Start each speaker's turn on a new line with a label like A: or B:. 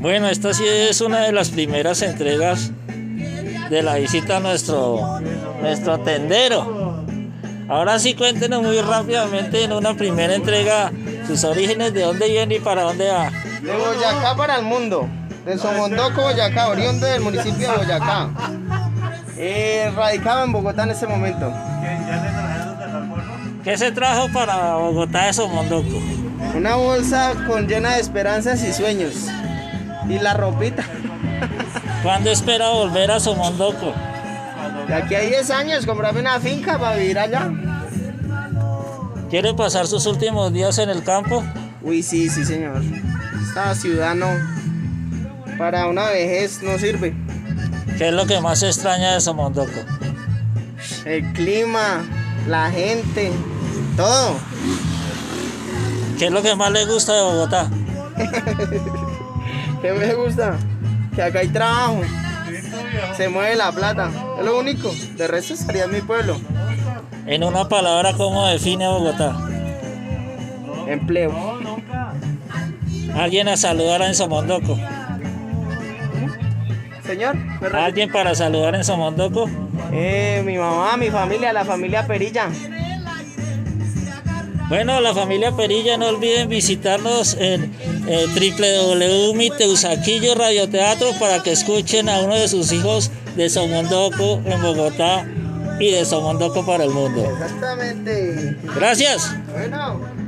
A: Bueno, esta sí es una de las primeras entregas de la visita a nuestro, nuestro tendero. Ahora sí cuéntenos muy rápidamente en una primera entrega sus orígenes, de dónde viene y para dónde va.
B: De Boyacá para el mundo, de Somondoco, Boyacá, oriundo del municipio de Boyacá. Eh, radicado en Bogotá en ese momento.
A: ¿Qué se trajo para Bogotá de Somondoco?
B: Una bolsa con llena de esperanzas y sueños. Y la ropita.
A: ¿Cuándo espera volver a Somondoco?
B: De aquí a 10 años comprarme una finca para vivir allá.
A: ¿Quiere pasar sus últimos días en el campo?
B: Uy, sí, sí, señor. Esta ciudad no. Para una vejez no sirve.
A: ¿Qué es lo que más extraña de Somondoco?
B: El clima, la gente, todo.
A: ¿Qué es lo que más le gusta de Bogotá?
B: ¿Qué me gusta? Que acá hay trabajo. Se mueve la plata. Es lo único. De resto estaría en mi pueblo.
A: En una palabra, ¿cómo define Bogotá?
B: Empleo.
A: Alguien a saludar en Somondoco.
B: Señor, ¿me re-
A: Alguien para saludar en Somondoco.
B: Eh, mi mamá, mi familia, la familia Perilla.
A: Bueno, la familia Perilla, no olviden visitarnos en eh, www.miteusaquillo Radioteatro para que escuchen a uno de sus hijos de Somondoco en Bogotá y de Somondoco para el mundo.
B: Exactamente.
A: Gracias.
B: Bueno.